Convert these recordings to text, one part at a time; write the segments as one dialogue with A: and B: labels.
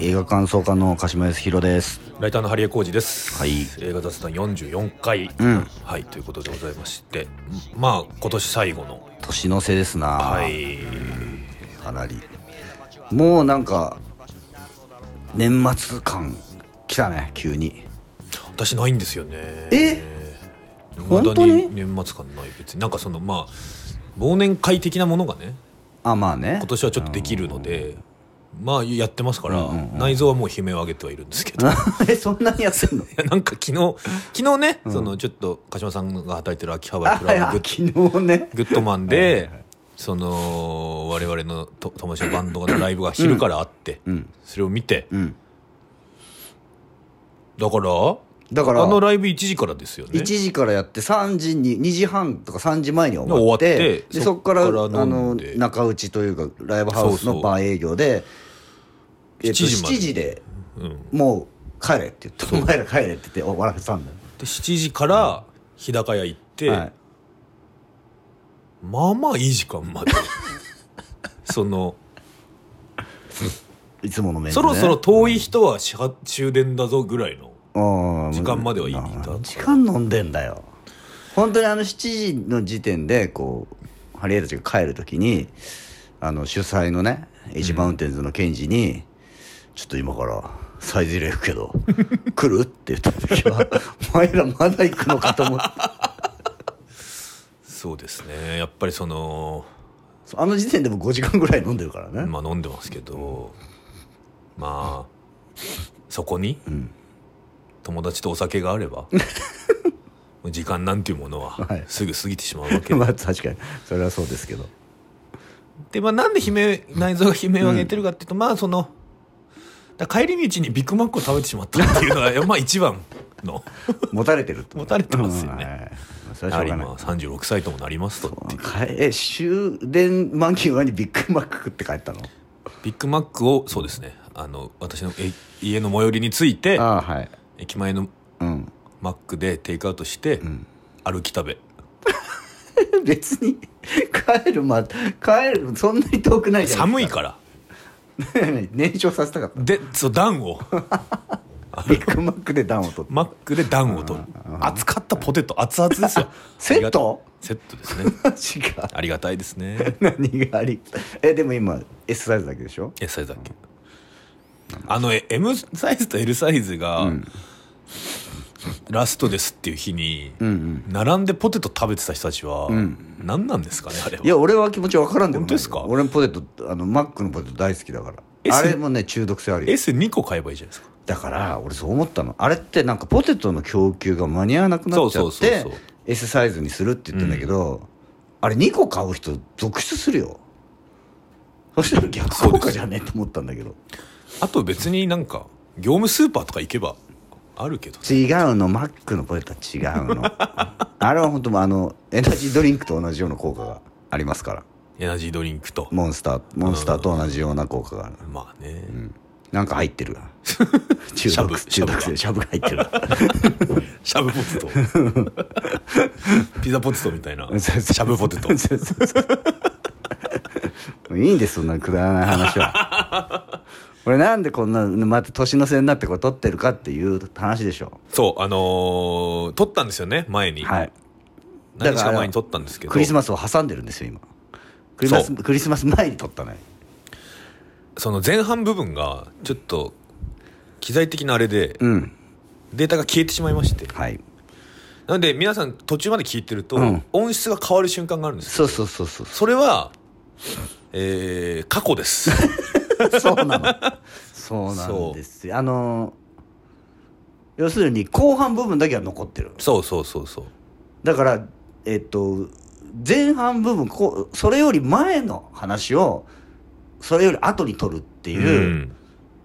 A: 映画感想家の鹿島康弘です。
B: ライターのハリエ浩二です、
A: はい
B: 映画雑談44回、
A: うん
B: はい、ということでございましてんまあ今年最後の
A: 年の瀬ですな、
B: はい
A: かなり。もうなんか、年末感来たね、急に。
B: 私ないんですよね
A: え
B: 未だ
A: 本当に
B: 年末感ない別になんかそのまあ忘年会的なものがね
A: あ、まあね。
B: 今年はちょっとできるので、まあやってますから、
A: うんうんうん
B: 内臓はもう悲鳴を上げてはいるんで すけど
A: え、そんなにやって んの
B: いやなんか昨日昨日ね、そのちょっと鹿島さんが働いてる秋葉原
A: あ、
B: ク
A: はい
B: ラ
A: や
B: ブグッ
A: 昨日ね。
B: グッドマンで、その、我々のと友達のバ ンドのライブが昼からあって、
A: うん。
B: それを見て、
A: うん。
B: だから、
A: だから、
B: あのライブ1時からですよね
A: 1。時からやって3時に2時半とか3時前に終わっ
B: 終わ
A: て
B: って
A: でそこから
B: そっから
A: あ
B: 飲
A: の
B: んで
A: 中打ちというかライブハウス
B: そうそ
A: の
B: う
A: バー営業でえっと
B: 7時まで
A: 7時で
B: うん
A: もう帰れって言ってお前ら帰れって言って終わらせたんだよ
B: で、7時から日高屋行って、
A: はい
B: まあまあいい時間 まで。その、
A: いつものメニューね
B: そろそろ遠い人は始発終電だぞぐらいの。
A: あー
B: 時間まではいいんだ
A: 何時間飲んでんだよ本当にあの7時の時点でこうハリエたちが帰るときにあの主催のねエイジマウンテンズのケンジに、ちょっと今からサイズ入れ行くけ ど来るって言った時はお前らまだ行くのかと思って
B: そうですね。やっぱりその、
A: あの時点でも5時間ぐらい飲んでるからね、
B: まあ飲んでますけど、まあ、そこに、
A: ん
B: 友達とお酒があれば、 もう時間なんていうものは
A: はい
B: すぐ過ぎてしまうわけで。
A: まあ確かにそれはそうですけ ど
B: で、まあなんで悲鳴、内臓が悲鳴を上げてるかっていうと、まあその、だから帰り道にビッグマックを食べてしまったっていうの が、まあ一番の、
A: 持たれてると
B: 持たれてますよね
A: うんはいそれ
B: や
A: はしょう
B: はり
A: がな
B: ま
A: い
B: あ36歳ともなりますとっていう。
A: 帰え終電満期前にビッグマック食って帰ったの
B: ビッグマックを、そうですね、あの、私のえ家の最寄りについて、
A: ああはい
B: 駅前の
A: うん
B: マックでテイクアウトして、
A: ん
B: 歩き食べ。
A: 別に帰るま帰るそんなに遠くないじゃん
B: 寒いから。
A: 燃焼させたかった
B: で、そう、暖 を。
A: ビッグマックで暖を 取って。
B: マックで暖を取る。熱かったポテト、熱々ですよ
A: セット
B: セットですね。
A: マジか
B: ありがたいですね。
A: 何がありえでも今 S サイズだけでしょ
B: S サイズだっけ。あの、え M サイズと L サイズが、ラストですっていう日に、並んでポテト食べてた人たちは、何なんですかね、あれは。
A: いや俺は気持ち分からんでもない
B: 本当ですか
A: 俺のポテトあのマックのポテト大好きだから
B: S-
A: あれもね中毒性あるよ
B: S2 個買えばいいじゃないですか。
A: だから俺そう思ったのあれってなんかポテトの供給が間に合わなくなっちゃ
B: そう
A: っ
B: そうそう
A: て
B: そう
A: S サイズにするって言ってんだけど、あれ2個買う人続出するよそしたら逆効果じゃねえと思ったんだけど
B: あと別になんか、業務スーパーとか行けば、あるけど。
A: 違うのマックのポテトは 違うのあれは本当もうあのエナジードリンクと同じような効果がありますから
B: エナジードリンクと。
A: モンスターモンスターと同じような効果がある
B: まあね。
A: なんか入って る中
B: しゃぶ
A: 毒中毒性シャブが入ってる
B: シャブポテ ト。ピザポテトみたいな。 シャブポテト。
A: そうそう そういいんですそんなくだらない話は 俺なんでこんなまた年の瀬になってこれ撮ってるかっていう話でしょ
B: そう、あのー、撮ったんですよね、前に。
A: はい
B: 何
A: だ
B: 日
A: から
B: か前に撮ったんですけど。
A: クリスマスを挟んでるんですよ今クリスマス
B: そ
A: クリスマス前に撮ったね
B: その前半部分が、ちょっと、機材的なあれで、
A: うん
B: データが消えてしまいまして。
A: はい
B: なので、皆さん途中まで聞いてると、
A: うん
B: 音質が変わる瞬間があるんですよ。
A: そうそうそうそう
B: それは、えー、過 去です。
A: そうなのそうなんですよあの要するに後半部分だけは残ってる
B: そうそうそうそう。
A: だからえっと前半部分こうそれより前の話をそれより後に撮るっていうう、
B: ん。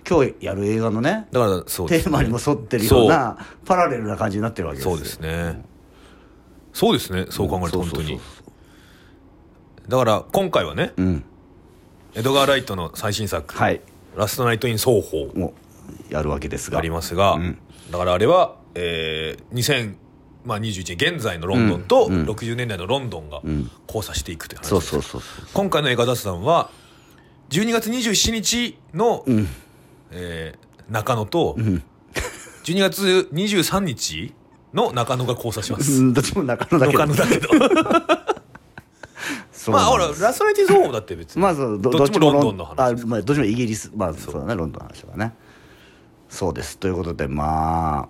A: 今日やる映画のね
B: だから、そうで
A: テー
B: すね
A: マにも沿ってるようなパラレルな感じになってるわけですよ
B: そうですね。そうですね、そう考えると本当に。
A: そうそう
B: だから、今回はね、
A: そううん
B: エドガー・ライトの最新作、
A: はい
B: ラストナイト・イン奏法
A: もうやるわけです
B: が
A: が
B: ありますが、
A: うん
B: だからあれは、えー、2021年現在のロンドンと
A: うんうん
B: 60年代のロンドンが
A: ん
B: 交差していくという話です、
A: そうそうそうそう
B: 今回の映画雑談は12月27日の
A: うん
B: えー中野と、12月23日の中野が交差しま
A: う
B: す。
A: んどっちも中野だけ
B: 中
A: ど
B: 野だけど。
A: そう
B: まあ、
A: な
B: ほ
A: んで
B: ら、
A: す
B: ラストナイティーズホームだって別に。
A: まあそうど
B: どっちもロンドンの
A: あ
B: 話。、
A: まあ、どっちもイギリスまあそうだねロンドンの話だからねそうですということでまあ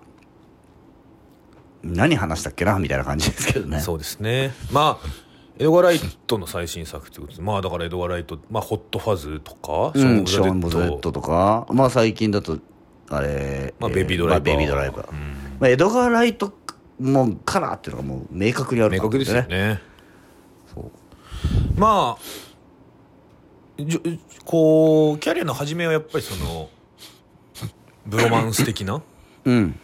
A: 何話したっけなみたいな感じですけどね
B: そうですね。まあ、エドガー・ライトの最新作ということで、まあだからエドガー・ライト、まあ、ホット・ファズとか、
A: うん、
B: シ
A: シ
B: ョ
A: ョ
B: ー
A: ー
B: ン・
A: ン・
B: ボ
A: ボ
B: ゼ
A: ゼ
B: ッ
A: ット
B: ト。
A: とかまあ最近だとあれ、
B: まあ
A: え
B: ベビードライバー
A: まあベビードライバー
B: うん
A: まあ、エドガー・ライトもうカラーっていうのがもう明確にある
B: 明
A: から
B: 確ですよね。
A: そう
B: まあ、じょこう、キャリアの始めはやっぱりその、ブロマンス的 な、
A: うん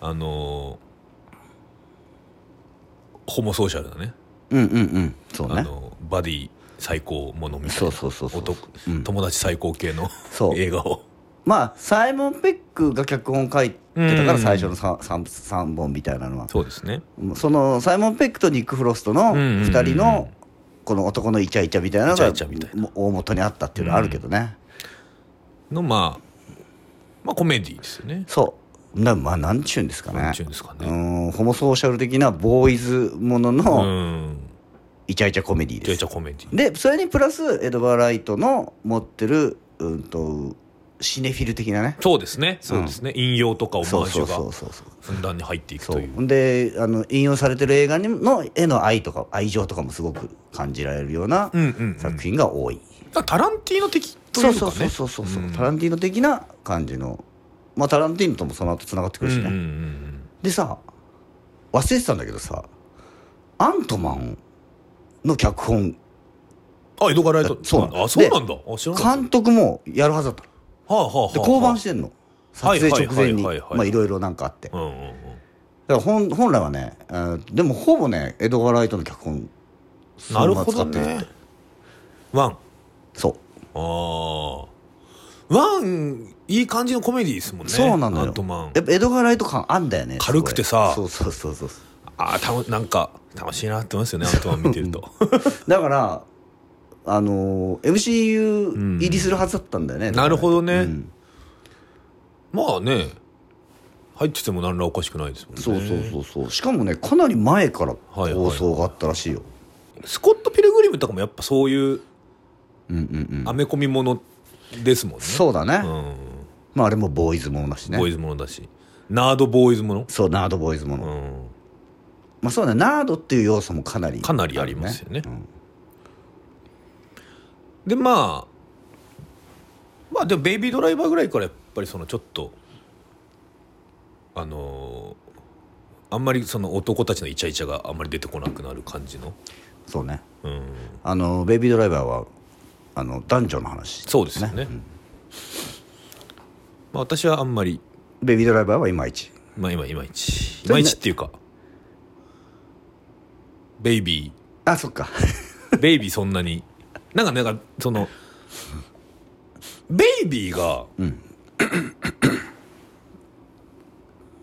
B: あのホモソーシャルなね、
A: うんうんうんそう
B: あ
A: ね
B: のバディ最高ものみたいな
A: そうそうそうそう
B: 男
A: うん
B: 友達最高系の
A: そう
B: 映画を
A: まあサイモン・ペックが脚本書いてたか
B: うん
A: ら最初の 3, 三三本みたいなのは
B: そうですね
A: そのサイモン・ペックとニック・フロストの
B: うんうんうんうん
A: 2人のこの男のイチャイチャみたいなのが
B: イチャイチャみたい
A: も大元にあったっていうのはあるけどね、
B: のまあまあコメディですよね
A: そうなまあ何ちゅうんですか
B: な
A: ね
B: んちゅうんですか
A: う
B: ね
A: んホモソーシャル的なボーイズもの
B: う
A: の
B: ん
A: イチャイチャコメディ
B: じ
A: で
B: ゃあ
A: す
B: じゃあコメディ
A: でそれにプラスエドガー・ライトの持ってるうんとシネフィル的なね
B: そうですねそうですね引用とかオマ
A: そ
B: ー
A: う
B: ジ
A: そ
B: ュ
A: うそう
B: が
A: そうそう
B: ふんだんに入っていく
A: そ
B: と
A: う
B: いう
A: ほんであの引用されてる映画にの絵の愛とか愛情とかもすごく感じられるような
B: うんうんうん
A: 作品が多い、
B: だからタランティーノ的とい
A: そう
B: うか
A: そう
B: ね
A: そうそうそうそう、
B: ん
A: タランティーノ的な感じのまあタランティーノともその後つながってくるしね、
B: うんうんうん
A: でさ忘れてたんだけどさアントマンの脚本
B: うんあ江戸川ライト
A: そうなんだ
B: あそうなんだあ知らなかった
A: 監督もやるはずだったの
B: はあはあはあ
A: で降板してんの撮影直前に
B: はいはいはいはいはい
A: まあいろいろなんかあってだか
B: うんうんうん
A: ら本本来はね、えーでもほぼねエドガー・ライトの脚本そ
B: な
A: の
B: る
A: まま
B: ほ
A: 使
B: ど
A: ってる
B: ねワン
A: そう
B: ああワンいい感じのコメディですもんね
A: そうなのよ
B: アントマン
A: やっぱエドガー・ライト感あんだよね
B: 軽くてさ
A: すごいそうそうそうそう
B: ああたのなんか楽しいなって思いますよねアントマン見てる と
A: だからあのー MCU
B: ん
A: 入りするはずだったんだよね、
B: なるほどね
A: うん
B: まあね入ってても何らおかしくないですもんね
A: そうそうそうそうしかもねかなり前から
B: はい
A: 放送があったらしいよ、
B: スコット・ピルグリムとかもやっぱそういう
A: うんうんうん
B: アメコミものですもんね
A: そうだね、
B: うん
A: まああれもボーイズものだしね
B: ボーイズものだしナードボーイズもの
A: そうナードボーイズもの、
B: うん
A: まあそうだねナードっていう要素もかなり
B: かなりありますよね
A: うん
B: でまあまあでもベイビードライバーぐらいからやっぱりそのちょっとあのーあんまりその男たちのイチャイチャがあんまり出てこなくなる感じの、
A: そうね
B: うん、
A: あのベイビードライバーはあの男女の話
B: そうですよねまあ私はあんまり
A: ベイビードライバーはいまいち
B: まあ今いまいちい
A: そ
B: ま
A: れね
B: いちっていうかベイビ
A: あそっか
B: ーベイビーそんなに なんかなんかそのベイビーが、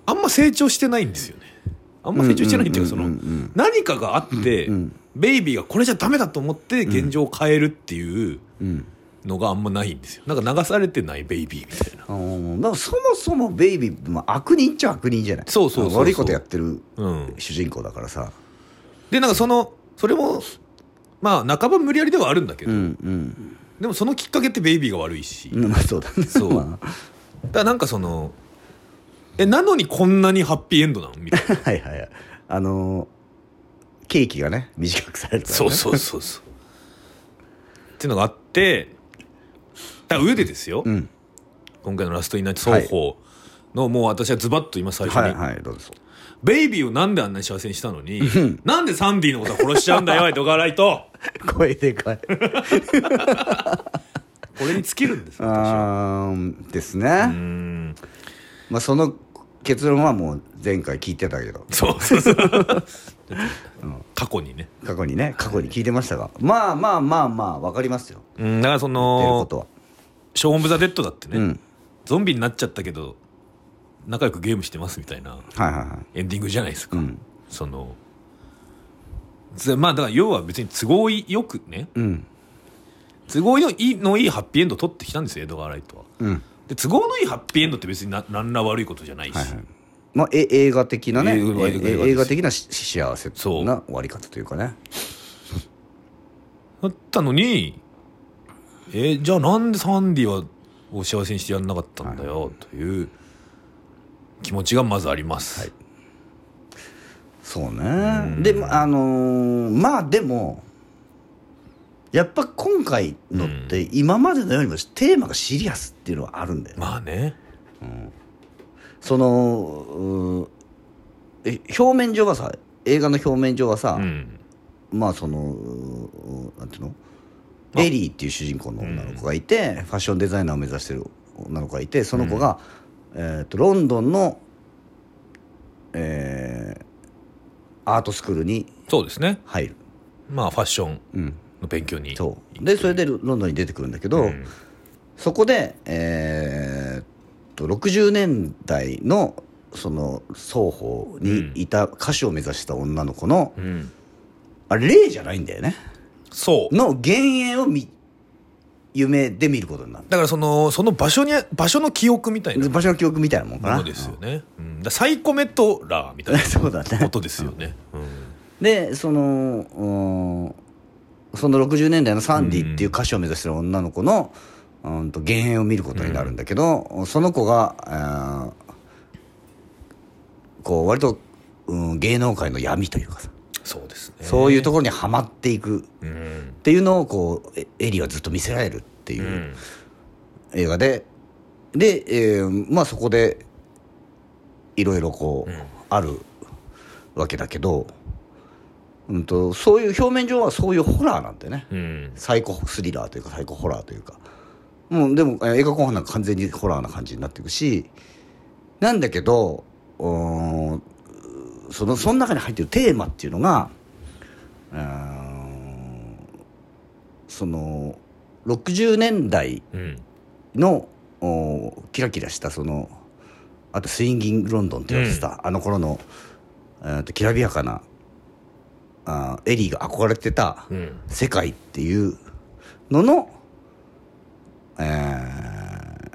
B: あんま成長してないんですよねあんま成長してないっていうかその何かがあって、ベイビーがこれじゃダメだと思って現状を変えるっていうのがあんまないんですよなんか流されてないベイビーみたいな
A: あのでもそもそもベイビー、まあ、悪人っちゃ悪人じゃない
B: そうそうそうそう
A: 悪いことやってる
B: うん
A: 主人公だからさ
B: でなんかそのそれもまあ半ば無理やりではあるんだけど、
A: うん
B: でもそのきっかけってベイビーが悪いし、
A: うんまあそうだね
B: そう
A: ま
B: だからなんかそのえなのにこんなにハッピーエンドなのみたいな
A: あはいはいはいあのケーキがね短くされるから、ね、
B: そうそうそうそうっていうのがあってだから上でですよ、
A: ん
B: 今回の「ラストインナイト」双方の、もう私はズバッと今最初に、
A: はいはいどうぞ
B: ベイビーをなんであんなに幸せにしたのになんでサンディのことは殺しちゃうんだよ江戸川ライト
A: 声でかい
B: これに尽きるんですよ私は
A: あーです
B: うー
A: ね、
B: ん
A: まあ、その結論はもう前回聞いてたけど
B: そうそうそう過去にね
A: 過去にね過去に聞いてましたが、まあまあまあまあわかりますよ
B: うんだからそ
A: 言ってるこ
B: の
A: とは
B: 「ショーン・オブ・ザ・デッド」だってね、
A: うん
B: ゾンビになっちゃったけど仲良くゲームしてますみたいな
A: はいはいはい
B: エンディングじゃないですか、
A: ん
B: そのつまあだから要は別に都合よくね
A: うん
B: 都合のいいのいいハッピーエンドを取ってきたんですよエドガー・ライトは
A: うん
B: で都合のいいハッピーエンドって別にな何ら悪いことじゃないし、
A: はいはいまあ、え映画的なね
B: 映
A: え
B: 画映画です
A: 映画的なし幸せな
B: そう
A: 終わり方というかね
B: だったのにえーじゃあなんでサンディはお幸せにしてやんなかったんだよという気持ちがまずあります、
A: そうねでまあのーまあでもやっぱ今回のって今までのよりもテーマがシリアスっていうのはあるんだよね
B: まあね
A: そのうーえ表面上はさ映画の表面上はさ、
B: うん
A: まあそのうーなんていうのエリーっていう主人公の女の子がいて、ファッションデザイナーを目指してる女の子がいてその子が、えー、とロンドンの、えーアートスクールに
B: そうですね
A: 入る。
B: まあファッション
A: うん
B: の勉強に
A: そうでそれでロンドンに出てくるんだけど、
B: うん
A: そこで、えーっと60年代のその双方にいた歌手を目指した女の子の、
B: うん
A: あれ例じゃないんだよね
B: そう
A: の幻影を見夢で見ることになる
B: だからそのその場所に場所の記憶みたいな
A: 場所の記憶みたいなもんか
B: も
A: な
B: のですよね、うん、だからサイコメトラーみたいな
A: そうだね
B: ことですよね、うん
A: でそのうんその60年代のサンディっていう歌手を目指してる女の子の、うん、と幻影を見ることになるんだけど、その子が、えーこう割と、うん、芸能界の闇というかさ、
B: そうですね
A: そういうところにはまっていくっ
B: うん
A: ていうのをこうえエリーはずっと見せられるっていううん映画で、で、えーまあそこでいろいろこう、
B: うん
A: あるわけだけど、うん、とそういう表面上はそういうホラーなんでね
B: うん
A: サイコスリラーというかサイコホラーというかもうでもえー映画後半なんか完全にホラーな感じになっていくしなんだけどうーんそのその中に入ってるテーマっていうのがうーんその60年代
B: うん
A: のおキラキラしたそのあとスインギングロンドンって言われてた、あの頃の、えー、ときらびやかなあーエリーが憧れてた
B: うん
A: 世界っていうのの、えー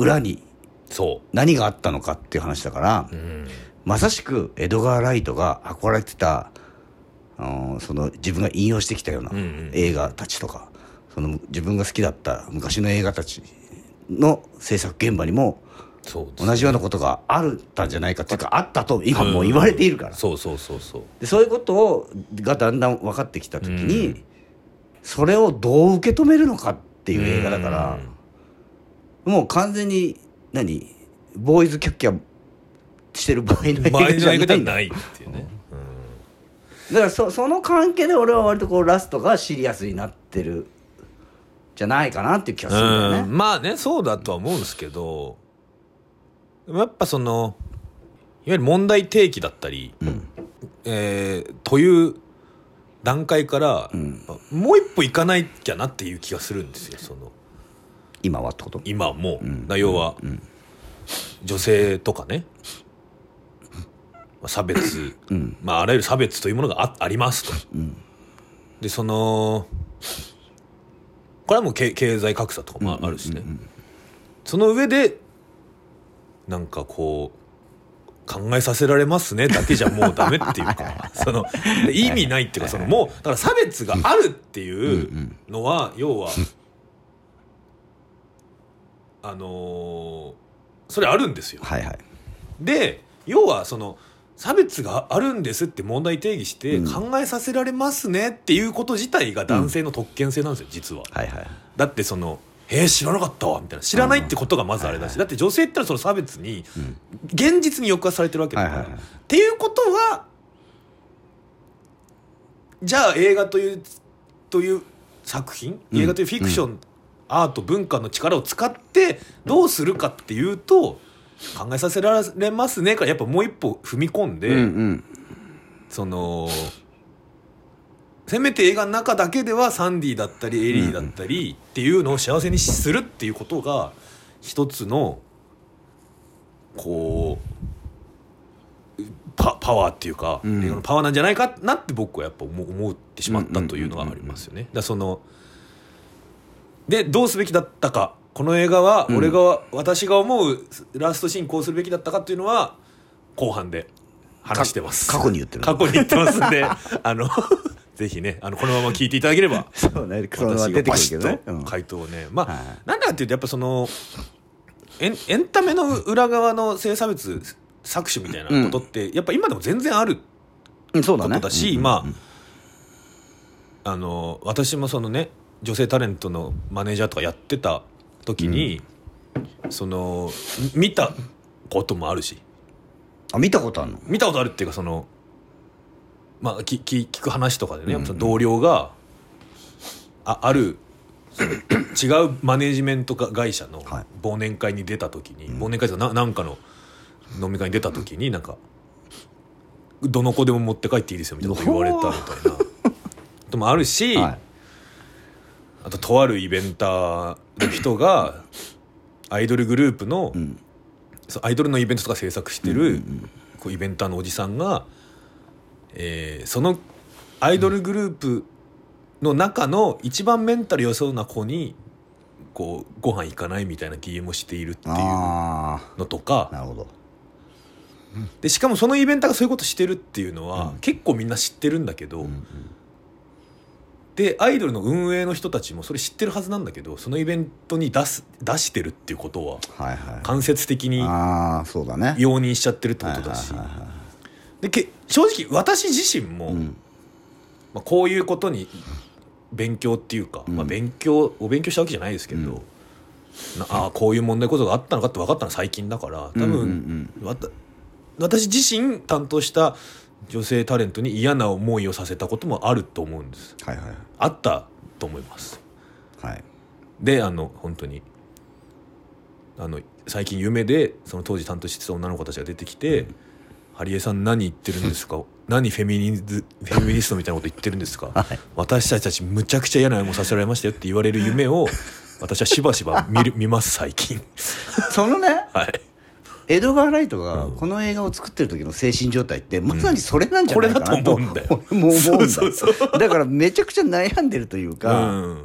A: 裏に
B: そ
A: 何があったのかっていう話だから、
B: う、うん、
A: まさしくエドガー・ライトが憧れてたあのその自分が引用してきたような
B: うんうん
A: 映画たちとか、その自分が好きだった昔の映画たちの制作現場にも
B: そうです
A: 同じようなことがあるったんじゃないかっていうかあったと今もう言われているから、
B: そうそうそうそう
A: でそういうことをがだんだん分かってきた時に、
B: うん
A: それをどう受け止めるのかっていう映画だから、もう完全に何ボーイズキャッキャしてる場合の映
B: うん前
A: 画じ
B: の
A: ゃ
B: 映
A: な
B: 画で
A: い
B: は
A: んだ
B: ないっていうね、
A: だからそその関係で俺は割とこうラストがシリアスになってるじゃないかなっていう気がするんだよ
B: う
A: ね。
B: んまあねそうだとは思うんですけどでもやっぱそのいわゆる問題提起だったり、
A: うん
B: えーという段階から、
A: ん
B: もう一歩行かないきゃなっていう気がするんですよその
A: 今はってこと
B: 今もう、
A: ん
B: な要は、女性とかねまあ差別、
A: うん
B: まあ、あらゆる差別というものがあありますと。
A: うん
B: でそのこれはもう経経済格差とかもあるしね、その上でなんかこう考えさせられますねだけじゃもうダメっていうかその意味ないっていうかそのもうだから差別があるっていうのは要はあのーそれあるんですよ。
A: はいはい。
B: で要はその差別があるんですって問題定義して
A: うん
B: 考えさせられますねっていうこと自体が男性の特権性なんですよ実は。
A: はいはい。
B: だってその「えー、知らなかったわ」みたいな知らないってことがまずあれだしだって女性って言ったらその差別に
A: ん
B: 現実に抑圧されてるわけだから。
A: はいはいはい
B: っていうことはじゃあ映画というという作品
A: うん
B: 映画というフィクション、アート文化の力を使ってどうするかっていうと考えさせられますねからやっぱもう一歩踏み込んで、
A: うんうん。
B: そのせめて映画の中だけではサンディだったりエリーだったりっていうのを幸せにするっていうことが一つのこうパパワーっていうか、
A: うん
B: 映画のパワーなんじゃないかなって僕はやっぱ思う思ってしまったというのがありますよね。だからそのでどうすべきだったかこの映画は俺が、私が思うラストシーンこうするべきだったかっていうのは後半で話してます
A: か過去に言ってる
B: 過去に言ってますんで あのぜひねあのこのまま聞いていただければ
A: そうね そのまま
B: 私
A: 出て
B: がバ
A: くる
B: シ
A: け
B: ッ
A: どね、
B: と回答をね、まあ、
A: はい
B: なんだかっていうとやっぱそのエンエンタメの裏側の性差別搾取みたいなことって、やっぱ今でも全然ある
A: うんそうだ
B: こ
A: ね
B: とだし、まああの私もそのね女性タレントのマネージャーとかやってた時に、そのみ見たこともあるし
A: あ見たことあるの
B: 見たことあるっていうかそのまあきき聞く話とかでね、
A: うんうん
B: その同僚がああるその違うマネジメントか会社の
A: はい
B: 忘年会に出た時に、忘年会とかななんかの飲み会に出た時になんか「どの子でも持って帰っていいですよ」みたいなこと言われたみたいなこともあるし、
A: はい
B: あととあるイベンターの人がアイドルグループの、
A: ん
B: そうアイドルのイベントとか制作してる、こうイベンターのおじさんが、えーそのアイドルグループの中の一番メンタル良そうな子にこうご飯行かないみたいな DM をしているっていう
A: あ
B: のと
A: あ
B: か
A: なるほど
B: でしかもそのイベンターがそういうことしてるっていうのは、結構みんな知ってるんだけど、でアイドルの運営の人たちもそれ知ってるはずなんだけどそのイベントに出す出してるっていうことは
A: はいは
B: 間接的
A: い
B: に
A: ああそうだね
B: 容認しちゃってるってことだし、
A: はいはいはいは
B: でけ正直私自身も、
A: ん
B: まあ、こういうことに勉強っていうか、まあ、勉強お勉強したわけじゃないですけど、なああこういう問題こそがあったのかって分かったのは最近だから多
A: う
B: 分、
A: んうん
B: わた私自身担当した女性タレントに嫌な思いをさせたこともあると思うんです
A: はいはい
B: あったと思います
A: はい
B: であの本当にあの最近夢でその当時担当してた女の子たちが出てきて「ハリエさん何言ってるんです か何フェミニズフェミニストみたいなこと言ってるんですか、私たちたちむちゃくちゃ嫌な思いさせられましたよ」って言われる夢 を私はしばしば見る見ます最近
A: その ね
B: はい
A: エドガー・ライトがこの映画を作ってる時の精神状態ってまさにそれなんじゃないかなと
B: うんこれだと思
A: 俺も思うんだよ
B: そうそう
A: だからめちゃくちゃ悩んでるという
B: う
A: か、
B: ん、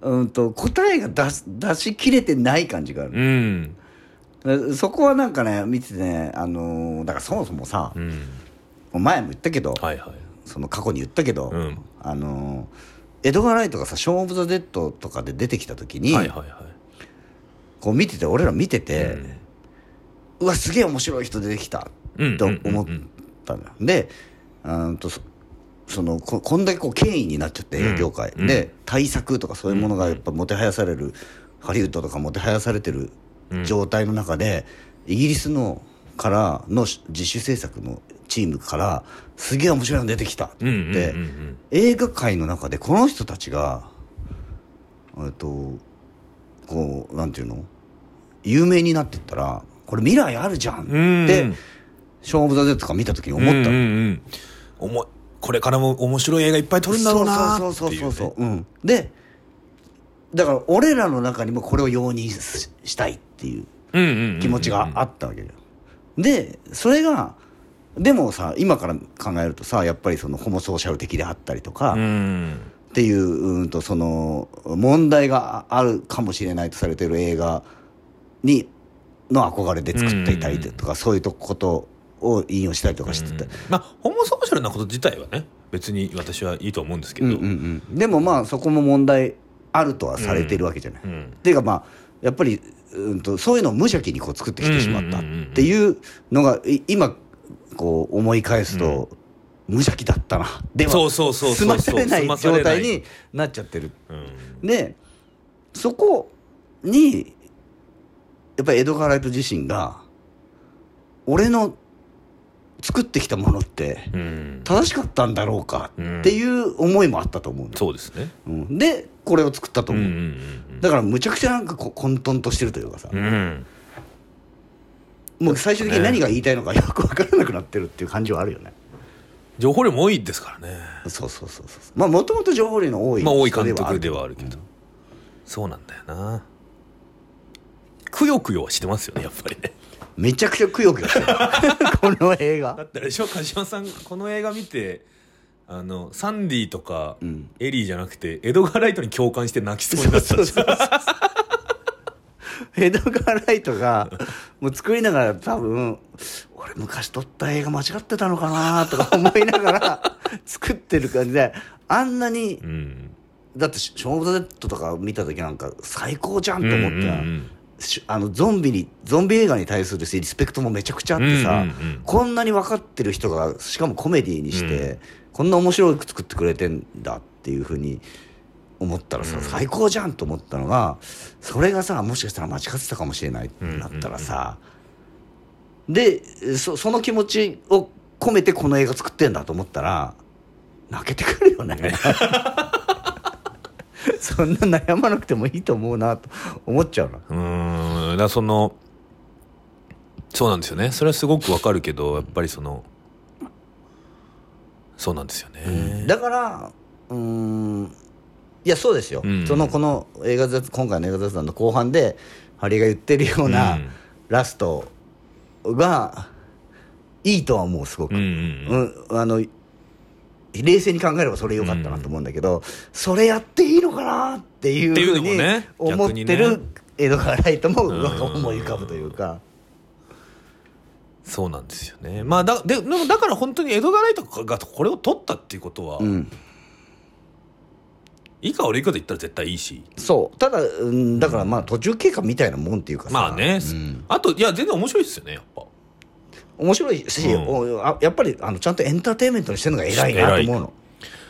A: うん、と答えが出す出し切れてない感じがある、
B: うん
A: そこはなんかね見ててね、あのーだからそもそもさ
B: う、ん、
A: 前も言ったけど、
B: はいはい
A: その過去に言ったけど、
B: うん
A: あのーエドガー・ライトがさ「ショーン・オブ・ザ・デッド」とかで出てきた時に、
B: はいはいはい
A: こう見てて俺ら見てて、うわすげえ面白い人出てきた
B: うん
A: と思ったのよ、であーんとそそのここんだけこう権威になっちゃって
B: うん
A: 営業界、
B: うん
A: で対策とかそういうものがやっぱもてはやされる、ハリウッドとかもてはやされてる
B: うん
A: 状態の中で、イギリスのからのし自主制作のチームからすげえ面白いの出てきたって
B: うんうんうんうん
A: 言って映画界の中でこの人たちがえっとこうなんていうの有名になってったらこれ未来あるじゃんっ
B: うんうん
A: て、ショーン・オブ・ザ・デッドとか見た時に思った
B: うんう
A: の、
B: んうんおもこれからも面白い映画いっぱい撮るんだろうな
A: そうそうそうそうそう
B: って
A: そう、
B: いね
A: うん、でだから俺らの中にもこれを容認ししたいっていう
B: うんうんうんうん
A: 気持ちがあったわけだよ、でそれがでもさ今から考えるとさやっぱりそのホモソーシャル的であったりとか、
B: うん
A: っていううんとその問題があるかもしれないとされてる映画にの憧れで作っていたりとか、そういうとことを引用したりとかしてて、
B: まあホモソーシャルなこと自体はね別に私はいいと思うんですけ
A: う
B: ど
A: んうんうん、でもまあそこも問題あるとはされてるわけじゃない。
B: うん
A: っていうかまあやっぱりうんとそういうのを無邪気にこう作ってきてしまったっていうのがい今こう思い返すと、無邪気だったなでは
B: そうそうそう
A: 済
B: そう
A: まされない
B: 済まされな
A: 状
B: い
A: 態になっちゃってる
B: うん
A: でそこにやっぱりエドガー・ライト自身が俺の作ってきたものって
B: うん
A: 正しかったんだろうかっていう思いもあったと思うの、
B: そうですね
A: うんでこれを作ったと
B: うん
A: 思
B: う
A: う、
B: んうん
A: だからむちゃくちゃなんかこう混沌としてるというかさ、
B: うん
A: もう最終的に何が言いたいのか よく分からなくなってるっていう感じはあるよね
B: 情報量も多いですからね
A: そうそうそうそうまあもともと情報量の多い
B: まあ多い
A: 人
B: 監督で
A: は
B: はあるけどそうなんだよなくよくよはしてますよねやっぱりね
A: あるめちゃくちゃくよくよして るこの映
B: だ
A: 画
B: ったらでしょ 鹿島さんこの映画見てあのサンディとか、
A: うん
B: エリーじゃなくてエドガー・ライトに共感して泣きそうになったんですよ
A: ヘドガーライトがもう作りながら多分俺昔撮った映画間違ってたのかなとか思いながら作ってる感じであんなに、
B: うん
A: だってショーン・オブ・ザ・デッドとか見た時なんか最高じゃんと思って、
B: うんうん
A: しあのゾンビにゾンビ映画に対するリスペクトもめちゃくちゃあってさ、
B: うんうんうん
A: こんなに分かってる人がしかもコメディにして、こんな面白く作ってくれてんだっていうふうに思ったらさ、最高じゃんと思ったのがそれがさもしかしたら間違ってたかもしれないってなったらさ、でそその気持ちを込めてこの映画作ってんだと思ったら泣けてくるよね。 そんな悩まなくてもいいと思うなと思っちゃうな。
B: うーんだからそのそうなんですよねそれはすごくわかるけどやっぱりそのそうなんですよね、
A: だからうーんいやそうですよ、
B: うん
A: そのこの映画雑今回の映画雑談の後半でハリが言ってるような
B: うん
A: ラストがいいとは思うすごく、
B: うんうんうん
A: うんあの冷静に考えればそれ良かったなと思うんだけど、それやっていいのかなっていう
B: ってい
A: ふ
B: う
A: う
B: のも
A: に
B: ね
A: 思っ
B: 逆に
A: て
B: ね
A: る江戸川ライトも
B: うん
A: なんか思い浮かぶというか、
B: そうなんですよねまあだででもだから本当にエドガー・ライトがこれを取ったっていうことは、
A: うん
B: いいか悪いかと言ったら絶対いいし
A: そうただ、うん、だからまあ途中経過みたいなもんっていうかさ
B: まあね、
A: うん
B: あといや全然面白いですよねやっぱ
A: 面白いし、
B: うん
A: おあやっぱりあのちゃんとエンターテインメントにしてるのが偉いなと思うの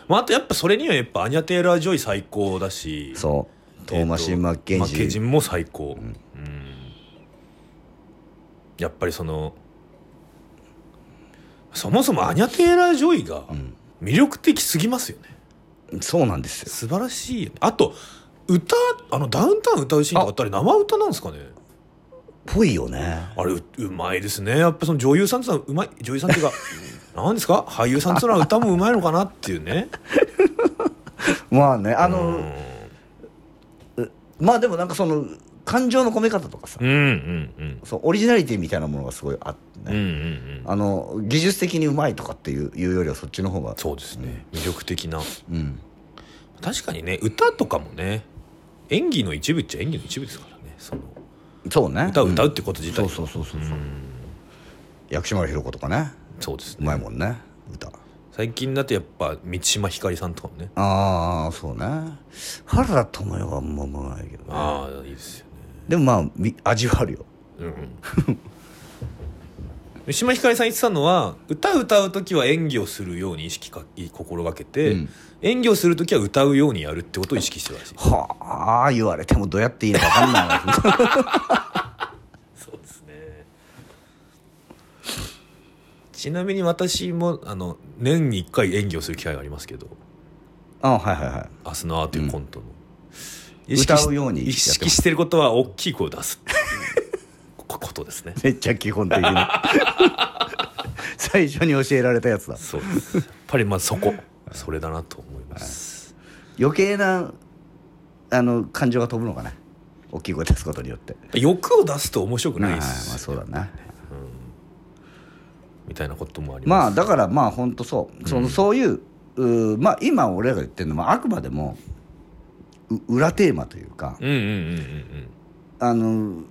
B: まあ、あとやっぱそれにはやっぱアニャ・テイラー・ジョイ最高だし
A: そうトーマシン・マッケンジ
B: 負け
A: ー、
B: 人も最高、うんやっぱりそのそもそもアニャ・テイラー・ジョイが魅力的すぎますよね
A: そうなんですよ
B: 素晴らしいよねあと歌あのダウンタウン歌うシーンとかあったり生歌なんですかね
A: ぽいよね
B: あれううまいですねやっぱその女優さんってのはうまい女優さんっ ていうか何ですか俳優さんっていうのは歌もうまいのかなっていうね
A: まあねあの、
B: うん
A: まあでもなんかその感情の込め方とかさ、
B: うんうん
A: そうオリジナリティみたいなものがすごいあって
B: うんうんう
A: ね、
B: ん
A: あの技術的にうまいとかっていういうよりはそっちの方が
B: そうですね魅力的な
A: うん
B: 確かにね歌とかもね演技の一部っちゃ演技の一部ですからねその
A: そうね
B: 歌を歌うっ
A: ん
B: てこと自体、
A: そうそうそうそうそう薬師丸ひろ子とかね
B: そうです
A: う
B: ね
A: まいもんね歌
B: 最近だとやっぱ満島ひかりさんとかもね
A: ああそうね原田知世はあんまうまいけどね
B: ああいいですよね
A: でもまあみ味はあるよ
B: うんうん満島ひかりさん言ってたのは歌を歌う時は演技をするように意識か心がけて、
A: うん
B: 演技をする時は歌うようにやるってことを意識してるらしい
A: はあ言われてもどうやっていいのか分かんない
B: そうですねちなみに私もあの年に1回演技をする機会がありますけど
A: あはいはいはい
B: 「明日のアー」というコントの、
A: ん
B: し
A: 歌うようにやって
B: 意
A: ます
B: 識してることは大きい声を出すっていうこ ことですね
A: めっちゃ基本的に 最初に教えられたやつだ
B: そうですやっぱりまあそこそれだなと思います、
A: 余計なあの感情が飛ぶのかね大きい声出すことによって
B: 欲を出すと面白く
A: まあ
B: ない
A: まあ
B: です、
A: そうだな
B: みたいなこともあり
A: ま
B: ま
A: あ
B: す
A: だからまあ本当そうその、そういううーまあ今俺らが言ってるのはあくまでもう裏テーマというか、
B: うんうんうんうん
A: あの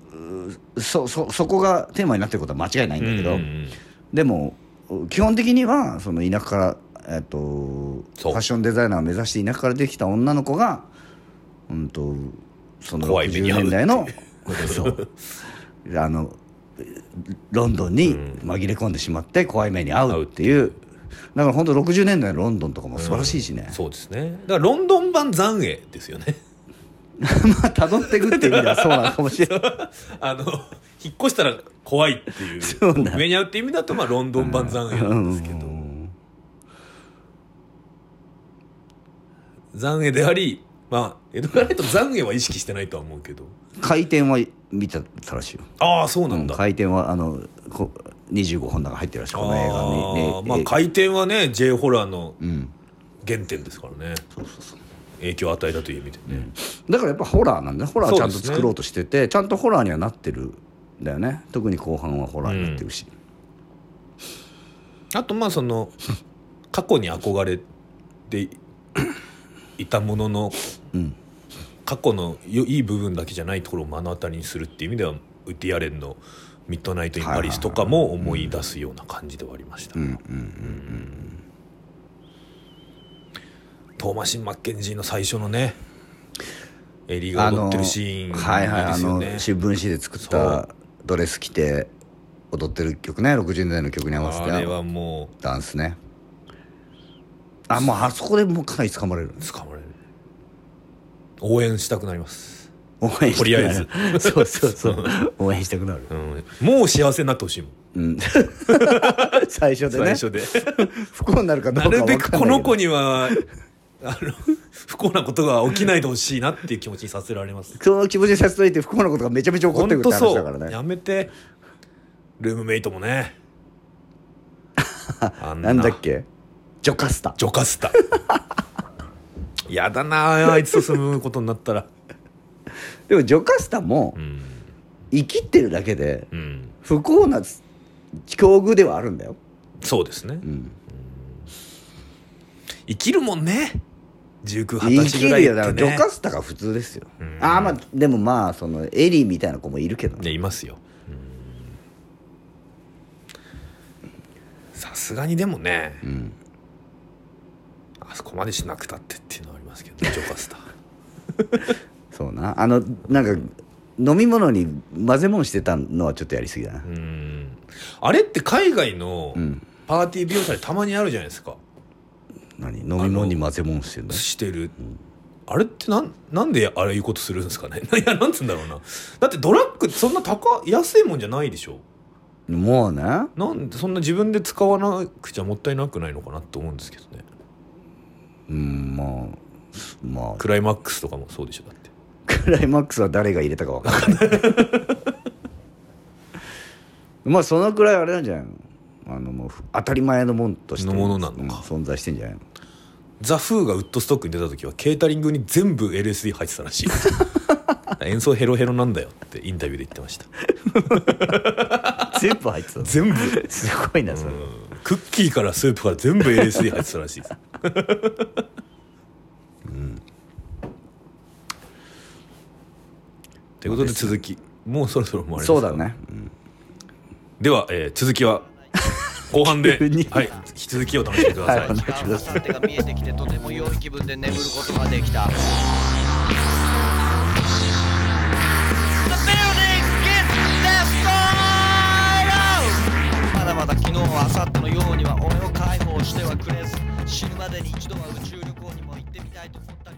A: うそそそこがテーマになってることは間違いないん
B: うん
A: だけど、
B: うんうんうん
A: でも基本的にはその田舎から、えっとフ
B: そう
A: ァッションデザイナーを目指して田舎からできた女の子が、うん、とその
B: 怖い目に
A: 60
B: 遭う
A: 年代 のそうあのロンドンに紛れ込んでしまって怖い目に遭うっていう、だから本当60年代のロンドンとかも素晴らしいしね、
B: そうですねだからロンドン版残影ですよね
A: まあたどっていくっていう意味ではそうなのかもしれない
B: あの引っ越したら怖いっていう
A: そうだ
B: 目に遭うって意味だとまあロンドン版残影なんですけど、残影でありまあ江戸川ライト残影は意識してないとは思うけど
A: 回転は見てたらしいよ
B: ああそうな
A: うん
B: んだ、あ
A: 回転はあのこ25本なんか入ってるらしいこの映画に、
B: あ
A: ね
B: まあ
A: え
B: 回転はね J ホラーの
A: うん、
B: 原点ですからね影響を与えたという意味でね、
A: だからやっぱホラーなんだねホラーちゃんと
B: そうですね
A: 作ろうとしてて、ちゃんとホラーにはなってるんだよね特に後半はホラーになってるし、
B: あとまあその 過去に憧れていたものの、過去のよいい部分だけじゃないところを目の当たりにするっていう意味ではウッディ・アレンの「ミッドナイト・イン・パリス」とかも思い出すような感じではありました、
A: うんうんうん
B: トーマシン・マッケンジーの最初のねエリーが踊ってるシーン
A: はいはい
B: で
A: あ
B: すよ
A: の
B: ね、
A: 新聞紙で作っ
B: そ
A: た
B: う
A: ドレス着て踊ってる曲ね60年代の曲に合わせ
B: あ
A: て
B: れはもう
A: ダンスねあもうあそこでもうかなり掴まれる
B: 掴まれる応援したくなります、
A: 応援したくなる
B: とりあえず
A: そうそう そう応援したくなる、
B: うん、もう幸せになってほしいもん、
A: うん、最初で
B: 最
A: ね
B: 初で
A: 不幸になるかどう
B: な
A: かは分か
B: るべ
A: んない
B: く
A: けど
B: この子には あの不幸なことが起きないでほしいなっていう気持ちにさせられます
A: その気持ちにさせといて不幸なことがめちゃめちゃ起こっ
B: 本
A: てくるっ
B: 当
A: て話
B: そ
A: だから
B: う
A: ね
B: やめてルームメイト もねあん
A: なんだっけジョカスタ
B: ジョカ スタやだなあいつと住むことになったら
A: でもジョカスタも
B: うん
A: 生きってるだけで
B: うん
A: 不幸な境遇ではあるんだよ、
B: そうですね
A: うん、
B: 生きるもんね1920
A: 生
B: 歳
A: き
B: ぐらい
A: る
B: って、
A: よだ
B: ね、
A: からジョカスタが普通ですよ、
B: うん
A: ああまあでもまあそのエリーみたいな子もいるけどね
B: ねいますようんさすがにでもね、
A: ん
B: あそこまでしなくたってっていうのはありますけどねジョカスタ
A: そうなあのなんか飲み物に混ぜ物してたのはちょっとやりすぎだな
B: うん あれって海外の
A: うん
B: パーティー描写でたまにあるじゃないですか、
A: 何飲み物に混ぜ物してるんだ
B: してる、あれってなんなんであれいうことするんですかね いやなんつうんだろうなだってドラッグってそんな高安いもんじゃないでしょ
A: もうね
B: なんでそんな自分で使わなくちゃもったいなくないのかなと思うんですけどね
A: うんまあまあ
B: クライマックスとかもそうでしょだって
A: クライマックスは誰が入れたか分かんない まあそのくらいあれなんじゃないのあのもう当たり前のもんとして
B: のものなのか
A: うん存在してんじゃないの
B: ザ・フーがウッドストックに出た時はケータリングに全部 LSD 入ってた らしいです演奏ヘロヘロなんだよってインタビューで言ってました
A: 全部入ってたの
B: 全部
A: すごいなそれ、
B: クッキーからスープから全部 LSD 入ってたらし いです、ということで続きもうそろそろもうあれですか
A: そうだね、うん
B: では、えー続きは後半で、
A: 急に
B: はい、引き続きお楽しみください、
A: はいお願いします
C: 時間経ってが見えてきてとても良い気分で眠ることができた The building gets destroyed まだまだ昨日は明後日のようには俺を解放してはくれず死ぬまでに一度は宇宙旅行にも行ってみたいと思ったり